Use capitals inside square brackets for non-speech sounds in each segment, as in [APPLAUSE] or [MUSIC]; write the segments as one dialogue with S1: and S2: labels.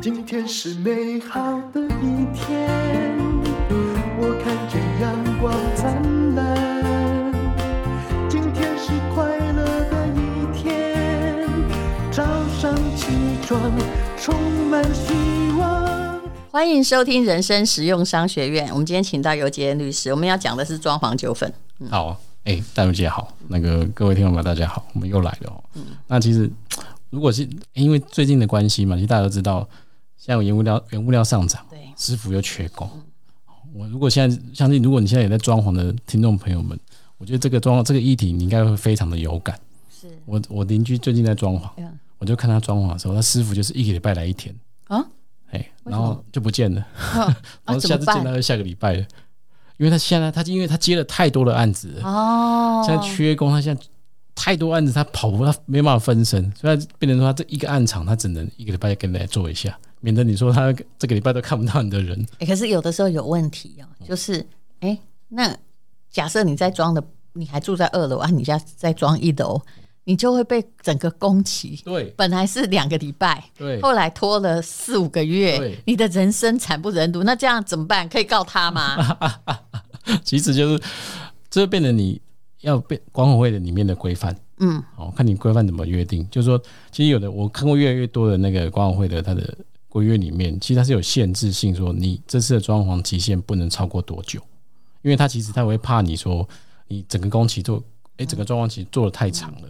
S1: 今天是美好的一天，我看见阳光灿烂。今天是快乐的一天，早上起床充满希望。
S2: 欢迎收听人生实用商学院。我们今天请到尤杰律师，我们要讲的是装潢纠纷。
S3: 好，哎、戴茹姐好，那个各位听众朋友大家好，我们又来了哦。
S2: 嗯
S3: 那其实如果是、哎因为最近的关系嘛，其实大家都知道，现在有原物料原物料上涨，
S2: 对，嗯
S3: 师傅又缺工。我如果现在相信，如果你现在也在装潢的听众朋友们，我觉得这个装潢这个议题你应该会非常的有感。
S2: 是
S3: 我我邻居最近在装潢
S2: 嗯，
S3: 我就看他装潢的时候，他师傅就是一个礼拜来一天，
S2: 啊，
S3: 哎、
S2: 为什么
S3: 然后就不见了。 [LAUGHS] 然
S2: 啊，
S3: 后
S2: 怎
S3: 下
S2: 么
S3: 次见
S2: 办
S3: 到？就下个礼拜了，因为他现在他因为他接了太多的案子了
S2: 哦，
S3: 现在缺工，他现在太多案子，他跑不，他没办法分身，所以他变成说他这一个案场，他只能一个礼拜跟你来做一下，免得你说他这个礼拜都看不到你的人。
S2: 欸可是有的时候有问题哦，就是哎、欸那假设你在装的，你还住在二楼啊，你家在装一楼，你就会被整个攻击。
S3: 对
S2: 本来是两个礼拜，
S3: 对
S2: 后来拖了四五个月
S3: 对，
S2: 你的人生惨不忍睹。那这样怎么办？可以告他
S3: [LAUGHS]
S2: 吗？
S3: 其实就是这变成你要被管委会的里面的规范。
S2: 嗯，
S3: 哦，看你规范怎么约定。就是说，其实有的我看过越来越多的那个管委会的它的规约里面，其实它是有限制性，说你这次的装潢期限不能超过多久，因为它其实它会怕你说你整个工期做，
S2: 嗯
S3: 哎、整个装潢期做的太长了，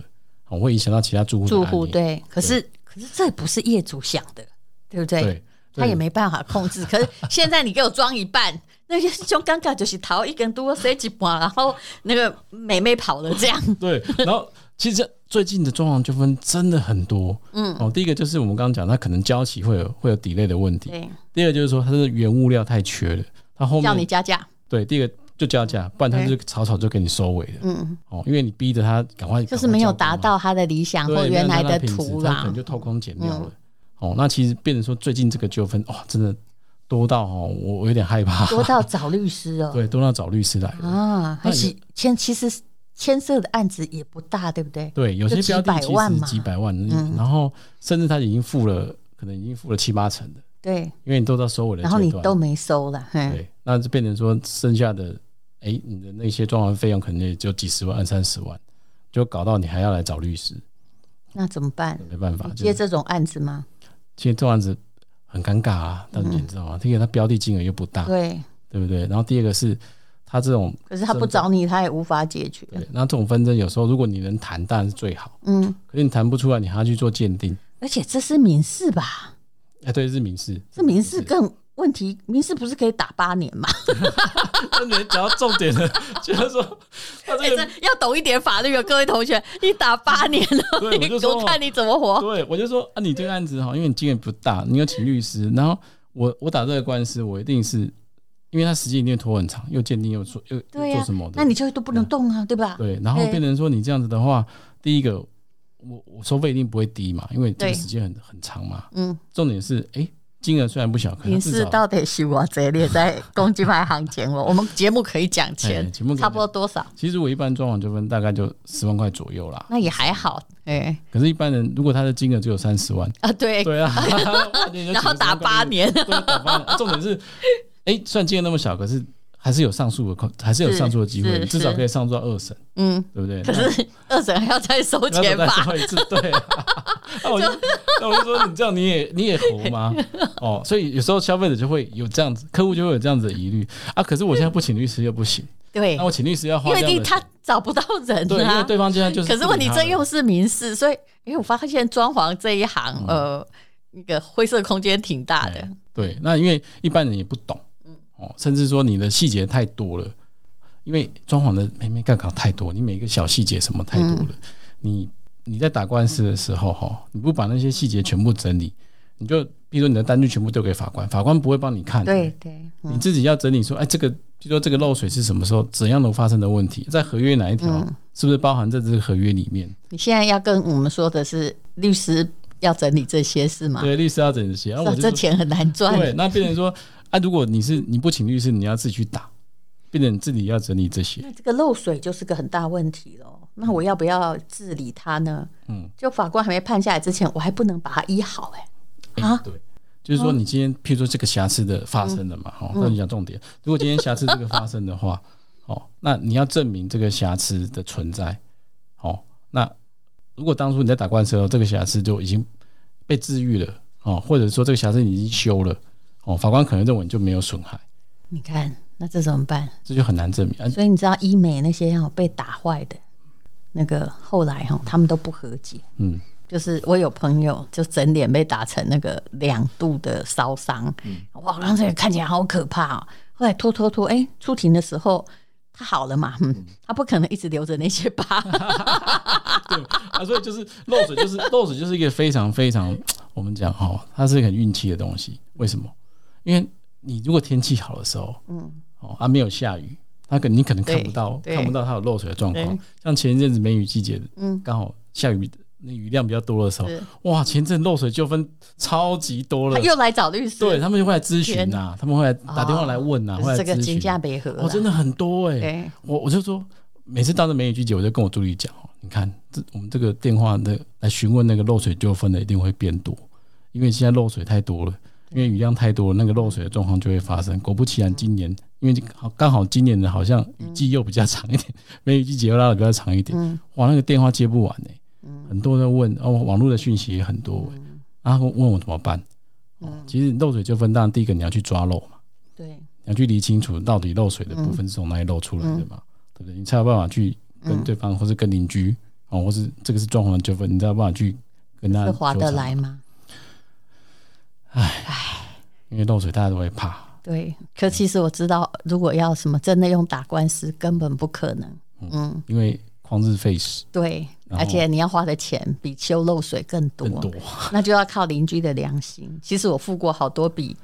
S3: 哦，会影响到其他住户的
S2: 住
S3: 安
S2: 户
S3: 宁
S2: 对，可是可是这不是业主想的，对不对？
S3: 对，
S2: 他也没办法控制。可是现在你给我装一半， [LAUGHS] 那就就尴尬，就是头一根多塞几半，然后那个妹妹跑了这样。
S3: 对，然后其实最近的装潢纠纷真的很多，嗯，哦，第一个就是我们刚刚讲，它可能交期会有会有 delay 的问题，
S2: 对，
S3: 第二个就是说它的原物料太缺了，它后
S2: 叫
S3: 面
S2: 你加价。
S3: 对，第一个就加价，不然他
S2: 对
S3: 就草草就给你收尾了。
S2: 嗯，
S3: 哦，因为你逼着他赶快，
S2: 就是没有达
S3: 赶快
S2: 到他的理想
S3: 交
S2: 或
S3: 嘛对
S2: 原来
S3: 没有
S2: 的
S3: 达到品质
S2: 图啊
S3: 他可
S2: 啦嗯
S3: 能。就偷工减料了。哦，那其实变成说最近这个纠纷，哇，真的多到哦，我我有点害怕。
S2: 多到找律师哦。
S3: [LAUGHS] 对，多到找律师来了。
S2: 啊，还
S3: 那
S2: 是牵其实牵涉的案子也不大，对不对？
S3: 对，有些
S2: 就几
S3: 标的
S2: 百
S3: 其
S2: 万
S3: 实
S2: 嘛
S3: 几百万，然后甚至他已经付了，可能已经付了七八成的，
S2: 对，
S3: 因为你都到收尾的
S2: 然后你
S3: 阶段
S2: 都没收了，嗯，
S3: 对，那就变成说剩下的，哎、你的那些装潢费用可能也就几十万、二三十万，就搞到你还要来找律师，
S2: 那怎么办？
S3: 没办法
S2: 你。
S3: 就
S2: 接这种案子吗？
S3: 其实这样子很尴尬啊，但你知道吗？第一个它标的金额又不大，
S2: 嗯对，
S3: 对不对？然后第二个是它这种，
S2: 可是他不找你，他也无法解决。
S3: 对，那这种纷争有时候如果你能谈，当然是最好。
S2: 嗯，
S3: 可是你谈不出来，你还要去做鉴定，
S2: 而且这是民事吧？
S3: 哎，对，是民事，
S2: 这民事更问题，民事不是可以打八年吗？
S3: [LAUGHS] 那你讲到重点
S2: [LAUGHS]
S3: 了，就是说他
S2: 哎、
S3: 这个
S2: [LAUGHS] 这要懂一点法律哦，各位同学，你打八年了，
S3: 对我
S2: 你
S3: [LAUGHS] 就说
S2: 我看你怎么活。
S3: 对，我就说啊，你这个案子哈，因为你金额不大，你要请律师，然后我我打这个官司，我一定是因为他时间一定拖很长，又鉴定又做又
S2: 对
S3: 又
S2: 呀、
S3: 做什么的，
S2: 那你就都不能动啊，对吧？
S3: 嗯对，然后
S2: 对
S3: 变成说你这样子的话，第一个我我收费一定不会低嘛，因为这
S2: 对
S3: 个时间很很长嘛。
S2: 嗯，
S3: 重点是哎、金额虽然不小，可
S2: 你
S3: 能
S2: 是
S3: 至少
S2: 到底是我这列在公鸡牌行情哦，我们节目可以讲钱
S3: 哎，节目可以讲
S2: 差不多多少？
S3: 其实我一般装潢纠纷大概就十万块左右啦。
S2: 那也还好，哎
S3: 可是，一般人如果他的金额只有三十万，
S2: 啊，对，[LAUGHS]
S3: 对啊，你就
S2: 然后
S3: 请10万块
S2: 打八年
S3: 对，打八年。重点是，哎、虽然金额那么小，可是还是有上诉的空，还是有
S2: 是
S3: 上诉的机会，
S2: 是
S3: 你至少
S2: 是
S3: 可以上诉到二审，
S2: 嗯，
S3: 对不对？
S2: 可是二审还要再收
S3: 那
S2: 钱
S3: 那再
S2: 吧？
S3: 说一次，对、啊。那我就那我就说，你这样你也你也活吗？哦，所以有时候消费者就会有这样子，客户就会有这样子的疑虑啊。可是我现在不请律师又不行，
S2: 对
S3: 那，我请律师要花
S2: 哎因为
S3: 这样
S2: 第
S3: 的
S2: 他
S3: 钱
S2: 找不到人
S3: 对，因为
S2: 啊。
S3: 对方现在就是不
S2: 可
S3: 理
S2: 是
S3: 他了。
S2: 问题这又是民事，所以因为我发现装潢这一
S3: 嗯
S2: 行，呃，那个灰色空间挺大的
S3: 哎。对，那因为一般人也不懂，
S2: 嗯
S3: 哦，甚至说你的细节太多了，因为装潢的每每杠杠太多，你每一个小细节什么太多
S2: 嗯
S3: 了，你你在打官司的时候哈、哦，你不把那些细节全部整理，你就比如说你的单据全部丢给法官，法官不会帮你看，
S2: 对，对，嗯
S3: 你自己要整理说，哎，这个比如说这个漏水是什么时候怎样的发生的问题，在合约哪一条、
S2: 嗯
S3: 是不是包含在这个合约里面？
S2: 你现在要跟我们说的是，律师要整理这些事吗？
S3: 对，律师要整理些，然后
S2: 哇
S3: 啊我就
S2: 啊这
S3: 说
S2: 钱很难赚。
S3: 对，那变成说，啊，如果你是你不请律师，你要自己去打，变成你自己要整理这些。
S2: 那这个漏水就是个很大问题喽。那我要不要治理他呢？
S3: 嗯，
S2: 就法官还没判下来之前，我还不能把他医好哎、
S3: 哎
S2: 啊
S3: 对，就是说你今天，譬如说这个瑕疵的发生了嘛，哦，那你讲重点，如果今天瑕疵这个发生的话，哦，那你要证明这个瑕疵的存在，哦，那如果当初你在打官司的时候，这个瑕疵就已经被治愈了，哦，或者说这个瑕疵你已经修了，哦，法官可能认为你就没有损害，
S2: 你看，那这怎么办？
S3: 这就很难证明。啊
S2: 所以你知道医美那些哦被打坏的，那个后来哈、哦、他们都不和解。
S3: 嗯，
S2: 就是我有朋友就整脸被打成那个两度的烧伤，
S3: 嗯
S2: 哇，当时看起来好可怕哦。后来拖拖拖，哎、出庭的时候他好了嘛，嗯，他不可能一直留着那些
S3: [LAUGHS]
S2: 疤，
S3: 对啊，所以就是漏水，就是漏水，就是一个非常非常，我们讲哦，它是一个很运气的东西。为什么？因为你如果天气好的时候，嗯，哦啊没有下雨，它可你可能看不到，
S2: 对对
S3: 看不到它有漏水的状况
S2: 对。
S3: 像前一阵子梅雨季节，
S2: 嗯，
S3: 刚好下雨，那雨量比较多的时候
S2: 是，
S3: 哇，前阵漏水纠纷超级多
S2: 他
S3: 了。
S2: 又来找律师，
S3: 对他们就会来咨询
S2: 天
S3: 呐、他们会来打电话来问呐、
S2: 可
S3: 会来
S2: 是这个
S3: 咨询
S2: 金。价北河，
S3: 哦，真的很多哎、
S2: 对
S3: 我我就说，每次到那梅雨季节，我就跟我助理讲哦，你看这我们这个电话的来询问那个漏水纠纷的一定会变多，因为现在漏水太多了，因为雨量太多了，那个漏水的状况就会发生。果不其然，今年因为好刚好今年的好像雨季又比较长一点， [LAUGHS] 梅雨季节又拉的比较长一点，哇，那个电话接不完哎、很多人在问哦，网络的讯息也很多、欸，啊，问我怎么办？哦，其实漏水纠纷，当然第一个你要去抓漏嘛。
S2: 对，
S3: 你要去理清楚到底漏水的部分是从哪里漏出来的
S2: 嗯
S3: 嘛，对不对？你才有办法去跟对方，或是跟邻居，哦，或是这个是装潢的纠纷，你才有办法去跟他
S2: 是划
S3: 纠
S2: 得
S3: 缠
S2: 来，吗？
S3: 因为漏水大家都会怕，
S2: 对，可其实我知道，如果要什么真的用打官司，根本不可能。嗯，
S3: 因为旷日费时
S2: 对，
S3: 然后
S2: 而且你要花的钱比修漏水更多，
S3: 更多，
S2: 那就要靠邻居的良心。其实我付过好多笔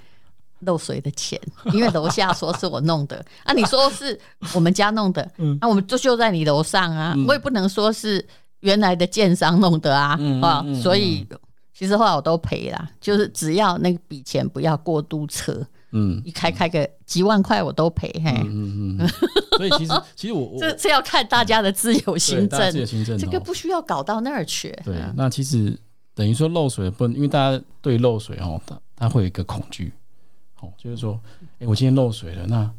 S2: 漏水的钱，因为楼下说是我弄的，啊，你说是我们家弄的，
S3: 嗯
S2: 那、我们就修在你楼上啊，我也不能说是原来的建商弄的啊，
S3: 嗯
S2: 啊，
S3: 嗯嗯
S2: 所以其实后来我都赔啦，就是只要那笔钱不要过度扯，
S3: 嗯
S2: 一开开个几万块我都赔，嘿，
S3: 嗯嗯嗯，所以其实其实我我
S2: [LAUGHS] 这这要看大家的自由
S3: 对
S2: 行
S3: 大家自己
S2: 政
S3: 的，行政
S2: 这个
S3: 哦
S2: 不需要搞到那儿去，
S3: 对，那其实等于说漏水不能，因为大家对漏水哦，他他会有一个恐惧，哦，就是说，哎、我今天漏水了，那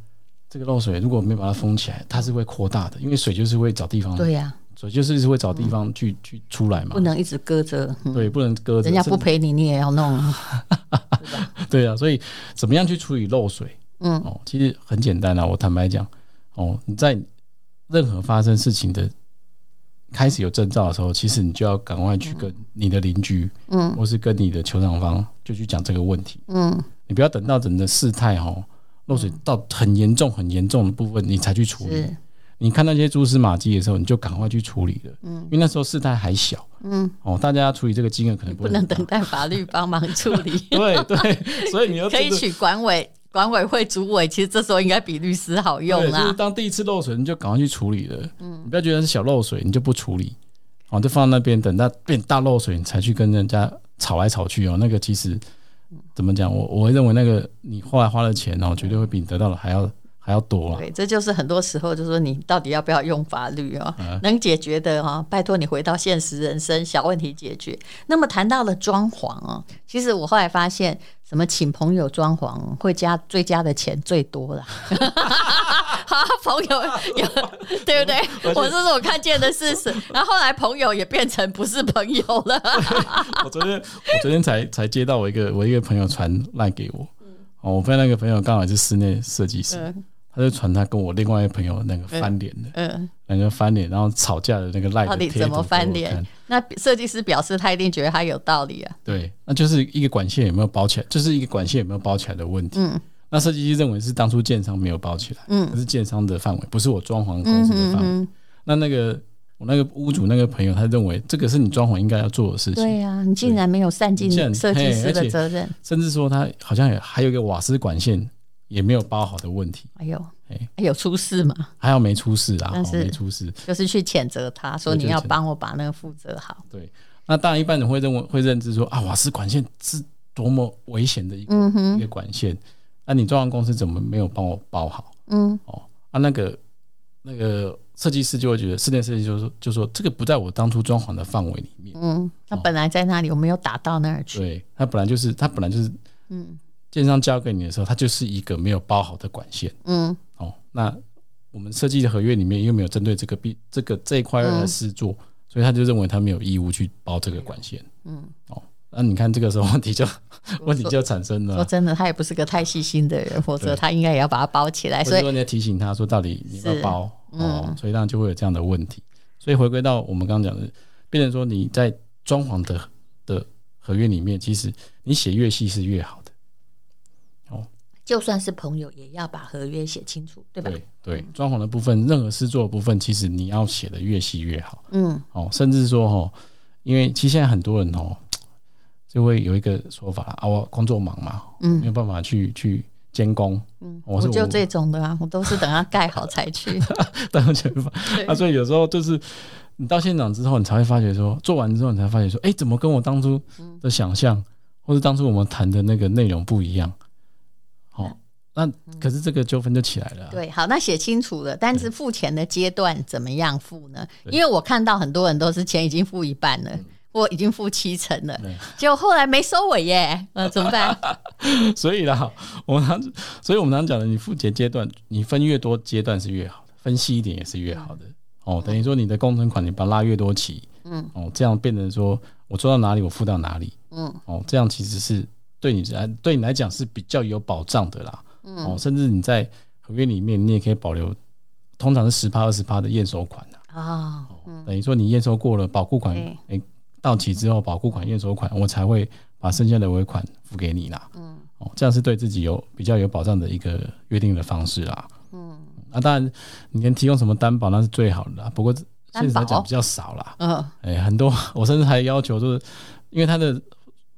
S3: 这个漏水如果没有把它封起来，它是会扩大的，因为水就是会找地方，
S2: 对呀、
S3: 水就是会找地方去、去出来嘛
S2: 不，能一直搁着。嗯
S3: 对，不能哦搁着，
S2: 人家不
S3: 甚至
S2: 赔你，你也要弄啊。
S3: 对啊，所以怎么样去处理漏水？
S2: 嗯
S3: 哦，其实很简单啊，我坦白讲，哦，你在任何发生事情的开始有征兆的时候，其实你就要赶快去跟你的邻居，
S2: 嗯，
S3: 或是跟你的球场方就去讲这个问题。
S2: 嗯，
S3: 你不要等到整个事态哦漏水到很严重、很严重的部分，你才去处理。
S2: 是，
S3: 你看那些蛛丝马迹的时候，你就赶快去处理了，嗯，因为那时候事态还小，
S2: 嗯，
S3: 哦，大家要处理这个金额可能
S2: 不
S3: 不会
S2: [LAUGHS] 能
S3: 很大，
S2: 等待法律帮忙处理
S3: 对对，所以 [LAUGHS] 你要
S2: 可以
S3: 真的
S2: 请管委、管委会主委，其实这时候应该比律师好用啊
S3: 对，就是
S2: 啦。嗯
S3: 当第一次漏水，你就赶快去处理了。你不要觉得是小漏水，你就不处理，哦，就放在那边，等到变大漏水，你才去跟人家吵来吵去哦。那个其实怎么讲，我我会认为那个你后来花的钱哦，绝对会比你得到的还要还要多啊。
S2: 对，这就是很多时候，就说你到底要不要用法律哦？
S3: 嗯
S2: 能解决的哦，拜托你回到现实人生，小问题解决。那么谈到了装潢哦，其实我后来发现，什么请朋友装潢会加最加的钱最多啦。 [LAUGHS] 好，朋
S3: [LAUGHS]
S2: 友有对不对？我这是我看见的事实。然后后来朋友也变成不是朋友了。 [LAUGHS]
S3: 我昨天我昨天才才接到我一个我一个朋友传赖给我，哦，我朋友那个朋友刚好也是室内设计师，
S2: 嗯
S3: 他就传他跟我另外一个朋友那个翻脸的，
S2: 嗯，
S3: 两个翻脸然后吵架的那个赖
S2: 到
S3: 的
S2: 底
S3: 哎贴
S2: 怎
S3: 图
S2: 么
S3: 给
S2: 翻
S3: 我看
S2: 脸？？那设计师表示他一定觉得他有道理啊。
S3: 对，那就是一个管线有没有包起来，就是一个管线有没有包起来的问题。
S2: 嗯
S3: 那设计师认为是当初建商没有包起来，
S2: 嗯
S3: 可是建商的范围，不是我装潢公
S2: 嗯
S3: 司的
S2: 嗯
S3: 范围。
S2: 嗯，
S3: 那那个我那个屋主那个朋友，他认为这个是你装潢应该要做的事
S2: 对
S3: 情，
S2: 呀、你竟然没有善尽
S3: 你竟然
S2: 设计师
S3: 嘿而
S2: 的
S3: 且
S2: 责任。
S3: 甚至说他好像也还有一个瓦斯管线也没有包好的问题，
S2: 哎呦，
S3: 哎
S2: 哎有出事嘛？ [LAUGHS]
S3: 还好没出事啊，
S2: 但
S3: 哦
S2: 是
S3: 没出事。
S2: 就是去谴责他，说
S3: 对
S2: 你要
S3: 就是
S2: 帮我把那个负责好。
S3: 对，那当然一般人会认为会认知说啊，瓦斯管线是多么危险的一个、
S2: 嗯
S3: 一
S2: 哼，
S3: 个管线，啊那你装潢公司怎么没有帮我包好？
S2: 嗯，
S3: 哦，啊，那个那个设计师就会觉得室内设计就是说就说这个不在我当初装潢的范围里面，
S2: 嗯，那本来在那里，我没有打到那儿去，
S3: 对，它本来就是它本来就是
S2: 嗯
S3: 建商交给你的时候，它就是一个没有包好的管线
S2: 嗯
S3: 哦。那我们设计的合约里面又没有针对这个必这个这一块
S2: 嗯
S3: 来试做，所以他就认为他没有义务去包这个管线。哦
S2: 嗯。
S3: 那你看这个时候问
S2: [LAUGHS]
S3: 题就问题
S2: 说
S3: 就产生了
S2: 说
S3: 啊，
S2: 真的，他也不是个太细心的人，否则他应该也要把它包起来。哎
S3: 或
S2: 所
S3: 者
S2: 以
S3: 说你要提醒他说到底你要不
S2: 是嗯
S3: 要包哦，所以当然就会有这样的问题。所以回归到我们刚刚讲的，变成说你在装潢的的合约里面，其实你写越细是越好的。
S2: 就算是朋友，也要把合约写清楚，对吧？
S3: 对对，
S2: 嗯
S3: 装潢的部分，任何施作的部分，其实你要写的越细越好。
S2: 嗯
S3: 哦，甚至说哦，因为其实现在很多人哦，就会有一个说法啊，我工作忙嘛，没
S2: 嗯
S3: 有办法去去监工，哦
S2: 嗯，
S3: 我
S2: 我
S3: 是
S2: 就
S3: [LAUGHS] 我
S2: 这种的啊，我都是等它盖好才
S3: [LAUGHS]
S2: 去。
S3: 当然没办法
S2: 对
S3: 啊，所以有时候就是你到现场之后，你才会发觉说，做完之后你才发觉说，哎、怎么跟我当初
S2: 嗯
S3: 的想象，或者当初我们谈的那个内容不一样？好、哦，那可是这个纠纷就起来了啊、
S2: 嗯对，好，那写清楚了，但是付钱的阶段怎么样付呢？
S3: 对嗯
S2: 因为我看到很多人都是钱已经付一半了，或已经付七成了
S3: 对，
S2: 结果后来没收尾耶，呃，怎么
S3: [LAUGHS]
S2: 办？
S3: 所以啦，我们常，所以我们常讲的，你复结阶段，你分越多阶段是越好的，分析一点也是越好的。哦，等于说你的工程款你把它拉越多期，
S2: 嗯，
S3: 哦，这样变成说我做到哪里我付到哪里，
S2: 嗯
S3: 哦，这样其实是对你来对你来讲是比较有保障的啦。哦，
S2: 嗯
S3: 甚至你在合约里面你也可以保留，通常是十趴二十趴的验收款啊，
S2: 啊，嗯
S3: 等于说你验收过了保固款，
S2: 对
S3: 诶、到期之后保固款验收款，我才会把剩下的尾款付给你啦。
S2: 嗯
S3: 哦，这样是对自己有比较有保障的一个约定的方式啦。
S2: 嗯
S3: 啊，当然，你能提供什么担保那是最好的啦。不过现实来
S2: 担保
S3: 讲比较少啦。
S2: 嗯
S3: 哎、很多我甚至还要求，就是因为他的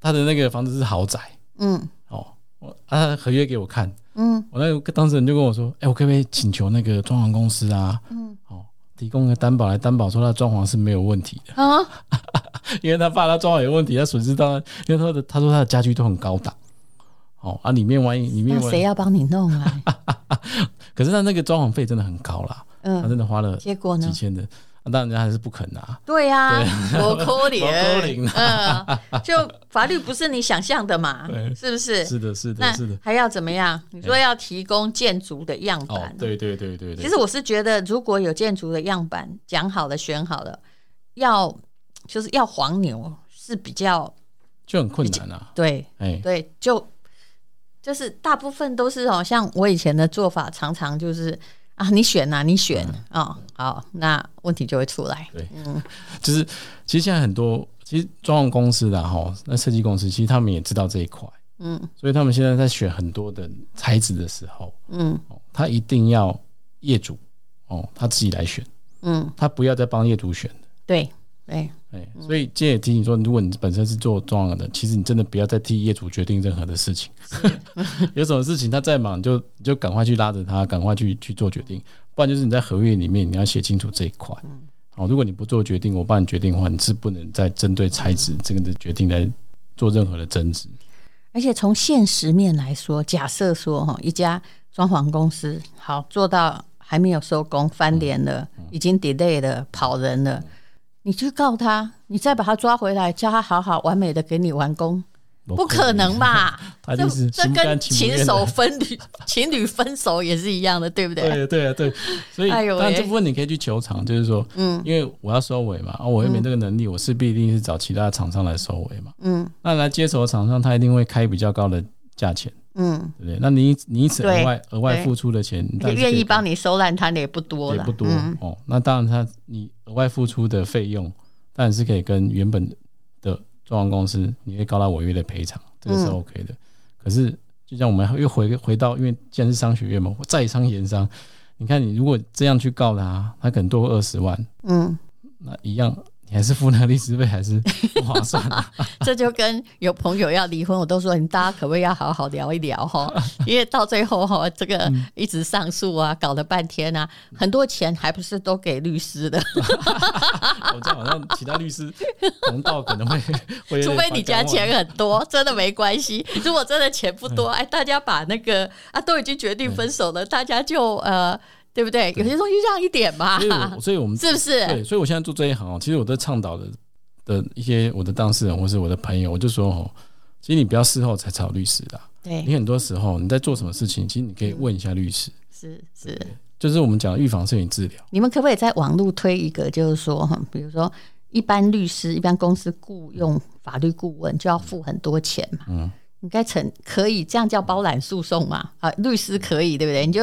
S3: 他的那个房子是豪宅
S2: 嗯
S3: 哦，我啊合约给我看，
S2: 嗯
S3: 我那个当事人就跟我说，哎、我可不可以请求那个装潢公司啊，
S2: 嗯
S3: 哦，提供个担保来担保说他的装潢是没有问题的， [LAUGHS]
S2: 啊，
S3: 因为他怕他装潢有问题，他损失当然，因为他的他说他的家具都很高档，哦啊，里面万一里面
S2: 那
S3: 万一
S2: 谁要帮你弄
S3: [LAUGHS]
S2: 啊？
S3: 可是他那个装潢费真的很高啦，他真
S2: 嗯，
S3: 的花了
S2: 结果呢
S3: 几？千的，那当然人家还是不肯啊拿。
S2: 对呀，我可
S3: 没
S2: 怜，嗯，就法律不是你想象的嘛，
S3: [LAUGHS] 对
S2: 是不是？
S3: 是的，是的，
S2: 那
S3: 是的。
S2: 还要怎么样？你说要提供建筑的样
S3: 哦
S2: 板，，
S3: 对对对对对。
S2: 其实我是觉得，如果有建筑的样板讲好了、选好了，要就是要黄牛是比较
S3: 就很困难啊，
S2: 对
S3: 哎，
S2: 对，就就是大部分都是好像我以前的做法，常常就是啊，你选呐、你选啊、哦，好，那问题就会出来。
S3: 对
S2: 嗯
S3: 就是其实现在很多其实装潢公司啦，哈，那设计公司其实他们也知道这一块，
S2: 嗯
S3: 所以他们现在在选很多的材质的时候，
S2: 嗯
S3: 哦，他一定要业主哦他自己来选，
S2: 嗯，
S3: 他不要再帮业主选的。
S2: 对对，
S3: 哎，所以这也提醒说，如果你本身是做装潢的，其实你真的不要再替业主决定任何的事情。 [LAUGHS] 有什么事情他再忙，你就你就赶快去拉着他，赶快去去做决定。不然就是你在合约里面你要写清楚这一块。
S2: 嗯
S3: 好、如果你不做决定，我帮你决定的话，你是不能再针对材质这个的决定来做任何的争执。
S2: 而且从现实面来说，假设说哈，一家装潢公司好做到还没有收工，翻脸了，已经 delay 了，跑人了，你去告他，你再把他抓回来，叫他好好完美的给你完工，不可能吧？
S3: [LAUGHS] 他
S2: 这
S3: 就是
S2: 这
S3: 心不甘
S2: 跟
S3: 情不
S2: 禽
S3: 愿的
S2: 手分侣 [LAUGHS] 情侣分手也是一样的，对不对？
S3: 对对啊对，所以
S2: 哎呦喂
S3: 但这部分你可以去求偿，就是说，
S2: 嗯
S3: 因为我要收尾嘛，啊，我又没这个能力，我势必一定是找其他厂商来收尾嘛。
S2: 嗯
S3: 那来接手的厂商，他一定会开比较高的价钱，
S2: 嗯，
S3: 对不对？那你你因此
S2: 对
S3: 额外额外
S2: 对
S3: 付出的钱，
S2: 也
S3: 但是
S2: 愿
S3: 可
S2: 意
S3: 以
S2: 帮你收烂摊的也不多
S3: 也
S2: 了，
S3: 不多、
S2: 嗯
S3: 哦。那当然他，你额外付出的费用，当然是可以跟原本的装潢公司，你会高到违约的赔偿，这个是
S2: 嗯
S3: OK 的。可是，就像我们又回回到，因为既然是商学院嘛，在商言商，你看你如果这样去告他，他可能多二十万，
S2: 嗯，
S3: 那一样你还是付那个律师费，还是不划算、啊。
S2: 这就跟有朋友要离婚，我都说你大家可不可以要好好聊一聊
S3: [LAUGHS]
S2: 哈？因为到最后哈，这个
S3: 嗯
S2: 一直上诉啊，搞了半天啊，很多钱还不是都给律师的，
S3: 我这样好像其他律师同道可能会会有点
S2: 除非你家
S3: 反感我
S2: 钱很多， [LAUGHS] 真的没关系。如果真的钱不多，哎，大家把那个啊，都已经决定分手了，大家就呃。对不对？有些东西让一点吧
S3: 所以，我，所以我们
S2: 是不
S3: 对，
S2: 是？
S3: 所以我现在做这一行哦，其实我在倡导的的一些我的当事人或是我的朋友，我就说哦，其实你不要事后才找律师啦，你
S2: 对，
S3: 很多时候你在做什么事情，其实你可以问一下律师。
S2: 是是。
S3: 就是我们讲的预防摄影治疗，
S2: 你们可不可以在网络推一个，就是说，哼比如说，一般律师、一般公司雇佣法律顾问就要付很多钱嘛？
S3: 嗯，
S2: 应该成可以这样叫包揽诉讼嘛？啊，律师可以对不对？你就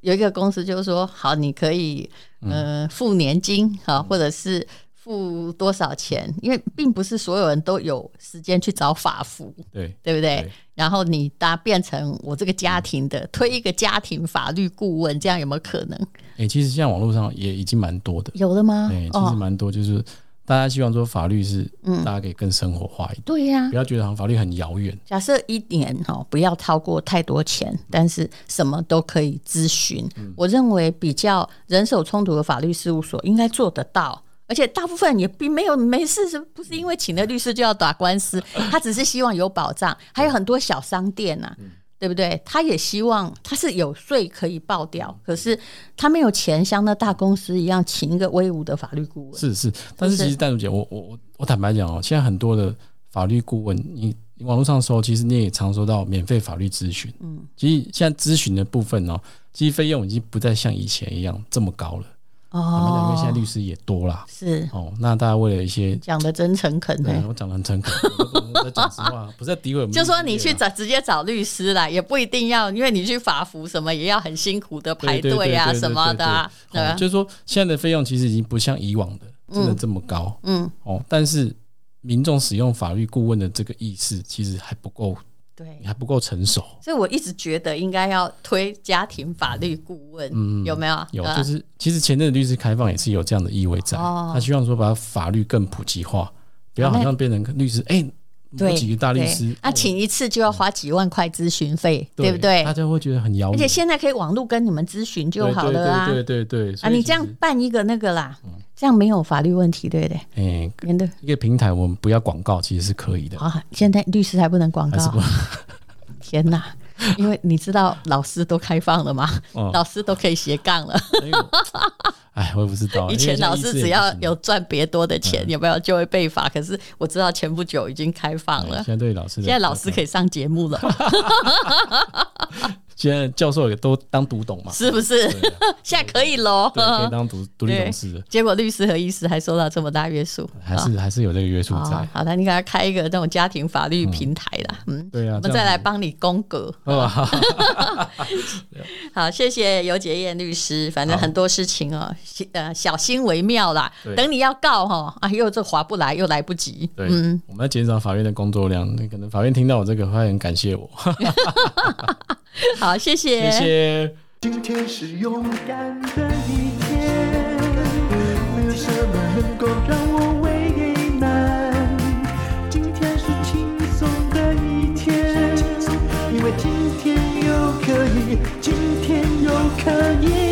S2: 有一个公司就是说，好，你可以
S3: 嗯
S2: 呃付年金啊，或者是。付多少钱？因为并不是所有人都有时间去找法服，
S3: 对
S2: 对不对？
S3: 对
S2: 然后你搭变成我这个家庭的，推一个家庭法律顾问，这样有没有可能？
S3: 诶，其实现在网络上也已经蛮多的，
S2: 有的吗？哦
S3: 对，哎其实蛮多，就是大家希望说法律是
S2: 嗯
S3: 大家可以更生活化一点，
S2: 对呀、
S3: 不要觉得好像法律很遥远，
S2: 假设一年哈不要超过太多钱，但是什么都可以咨询。
S3: 嗯
S2: 我认为比较人手冲突的法律事务所应该做得到。而且大部分也并没有没事，是不是因为请了律师就要打官
S3: [LAUGHS]
S2: 司？他只是希望有保障。还有很多小商店呐、
S3: 嗯
S2: 对不对？他也希望他是有税可以报
S3: 嗯
S2: 掉，可是他没有钱，像那大公司一样请一个威武的法律顾问。
S3: 是是，但是
S2: 是
S3: 其实戴茹姐，我我我我坦白讲哦，现在很多的法律顾问，你你网络上搜，其实你也常收到免费法律咨询。嗯，其实现在咨询的部分哦，其实费用已经不再像以前一样这么高了。坦白讲因为现在
S2: 哦
S3: 律师也多啦。
S2: 是
S3: 哦，那大家为了一些，呃
S2: 讲的真诚恳呢、
S3: 对我讲的很诚恳，我都不是在讲实话，不是在诋毁我们律师
S2: 就
S3: 嗯业
S2: 说
S3: 啦。
S2: 你去找直接找律师啦，也不一定要，因为你去法服什么也要很辛苦的排
S3: 对对
S2: 队呀、
S3: 对对
S2: 什么的、啊，对
S3: 对对对
S2: 吧
S3: 哦就是说现在的费用其实已经不像以往的真的这么高。
S2: 嗯，
S3: 哦，但是民众使用法律顾问的这个意识其实还不够，
S2: 对。
S3: 还不够成熟。
S2: 所以我一直觉得应该要推家庭法律顾问，有没有？
S3: 嗯有，
S2: 啊
S3: 就是其实前阵子律师开放也是有这样的意味在，
S2: 哦
S3: 他希望说把法律更普及化，不要好像变成律师，哎，某
S2: 对
S3: 几个大律师
S2: 对，啊，请一次就要花几万块咨询费，对不对？
S3: 大家会觉得很遥
S2: 而
S3: 远，
S2: 且现在可以网络跟你们咨询就
S3: 对
S2: 好了啊！
S3: 对对对对，所
S2: 啊，
S3: 以
S2: 你
S3: 其
S2: 这样
S3: 实，嗯
S2: 办一个那个啦，这样没有法律问题，对不对？
S3: 哎，
S2: 免得
S3: 一个平台我们不要广告其实是可以的，
S2: 啊，现在律师还不能广
S3: 还是
S2: 告
S3: 不，
S2: 天哪！因为你知道老师都开放了吗？
S3: 哦，
S2: 老师都可以斜杠了。
S3: 因为我哎，我也不知道，
S2: 以
S3: 因为
S2: 前
S3: 现在
S2: 老
S3: 医
S2: 师
S3: 师
S2: 只
S3: 也不
S2: 要
S3: 行嗯
S2: 有赚别多的钱，有没有就会被罚？可是我知道前不久已经开放
S3: 哎
S2: 了
S3: 现，在对老师的，
S2: 现在老师可以上节目
S3: [LAUGHS]
S2: 了，
S3: 现在教授也都当独董嘛，
S2: 是不是？
S3: 对啊
S2: [LAUGHS] 现在可以喽。
S3: 对，可以当独独立董事的，
S2: [LAUGHS] 结果律师和医师还受到这么大约束，
S3: 还是还是有这个约束
S2: 啊
S3: 在，
S2: 好的，你给他开一个那种家庭法律平台啦，嗯，
S3: 对啊
S2: 我
S3: 这
S2: 们
S3: 样哦
S2: 再来
S3: 子
S2: 帮你宫格。
S3: 哇，
S2: [LAUGHS] 好，谢谢尤杰燕律师。反正
S3: 好
S2: 很多事情哦，小呃，小心为妙啦
S3: 对。
S2: 等你要告哈，啊，又这划不来，又来不及。
S3: 对，我们要减少法院的工作量，那可能法院听到我这个会很感谢我，
S2: [LAUGHS] 好，谢
S3: 谢谢。
S1: 今天是勇敢的一天，没有什么能够让我为难。今天是轻松的一天，因为今天又可以，今天又可以。